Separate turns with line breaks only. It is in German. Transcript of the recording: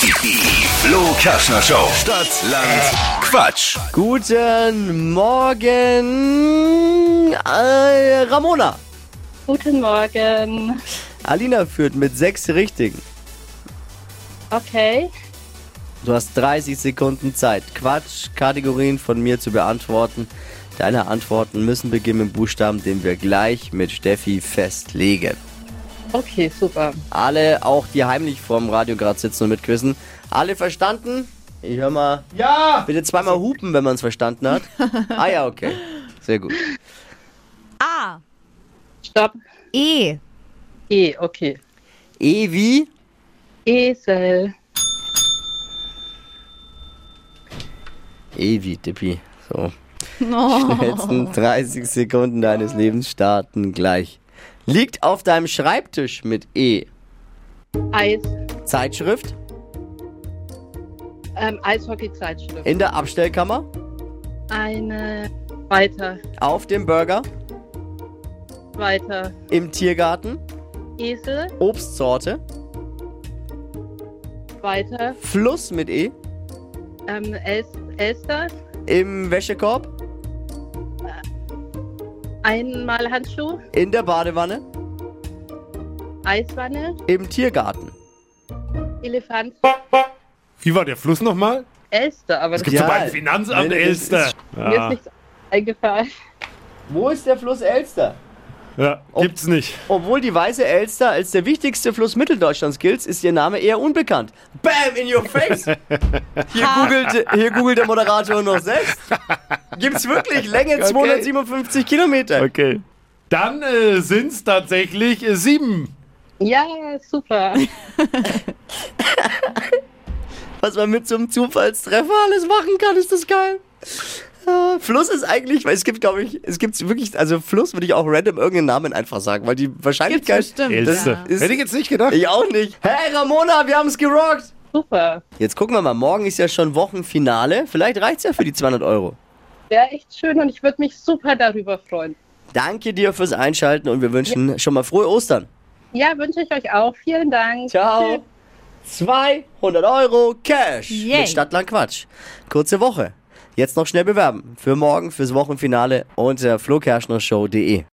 Die Flo Kaschner Show. Stadt, Land, Quatsch.
Guten Morgen, äh, Ramona.
Guten Morgen.
Alina führt mit sechs Richtigen.
Okay.
Du hast 30 Sekunden Zeit, Quatsch-Kategorien von mir zu beantworten. Deine Antworten müssen beginnen mit Buchstaben, den wir gleich mit Steffi festlegen.
Okay, super.
Alle, auch die heimlich vorm Radio gerade sitzen und mitquissen. Alle verstanden? Ich hör mal. Ja! Bitte zweimal hupen, wenn man es verstanden hat. ah ja, okay. Sehr gut.
A.
Stopp.
E.
E, okay.
E wie?
Esel.
E wie, Dippi. So.
No.
Letzten 30 Sekunden deines Lebens starten gleich. Liegt auf deinem Schreibtisch mit E.
Eis.
Zeitschrift
Ähm, Eishockey-Zeitschrift.
in der Abstellkammer,
Eine. Weiter.
auf dem Burger,
Weiter.
im Tiergarten,
Esel.
Obstsorte,
Weiter.
Fluss mit E,
Ähm, El Elster.
im Wäschekorb,
Einmal Handschuh.
in der Badewanne,
Eiswanne.
im Tiergarten.
Elefant.
Wie war der Fluss nochmal?
Elster, aber das
Gibt's
Ja.
ja. beim Finanzamt
Nee, nee, das ist-
Elster.
mir ist
Ja.
nichts eingefallen.
Wo ist der Fluss Elster?
ja,
Oh.
gibt's nicht.
Obwohl die Weiße Elster als der wichtigste Fluss Mitteldeutschlands gilt, ist ihr Name eher unbekannt. Bam, in your face! Hier googelt, hier googelt der Moderator noch selbst. Gibt's wirklich Länge 257 Kilometer.
Okay. Dann äh, sind's tatsächlich äh, sieben.
Ja, super.
Was man mit so einem Zufallstreffer alles machen kann, ist das geil. Äh, Fluss ist eigentlich, weil es gibt, glaube ich, es gibt wirklich, also Fluss würde ich auch random irgendeinen Namen einfach sagen, weil die
Gibt's
Wahrscheinlichkeit.
bestimmt.
Elster.
ist-
Hätte ich jetzt nicht gedacht.
Ich auch nicht. Hey Ramona, wir haben's gerockt!
Super.
Jetzt gucken wir mal, morgen ist ja schon Wochenfinale. Vielleicht reicht's ja für die 200 Euro.
Wäre echt schön und ich würde mich super darüber freuen.
Danke dir fürs Einschalten und wir wünschen schon mal frohe Ostern.
Ja, wünsche ich euch auch. Vielen Dank.
Ciao. 200 Euro Cash
Yay.
mit Stadtland Quatsch. Kurze Woche. Jetzt noch schnell bewerben. Für morgen, fürs Wochenfinale unter flokerschnershow.de.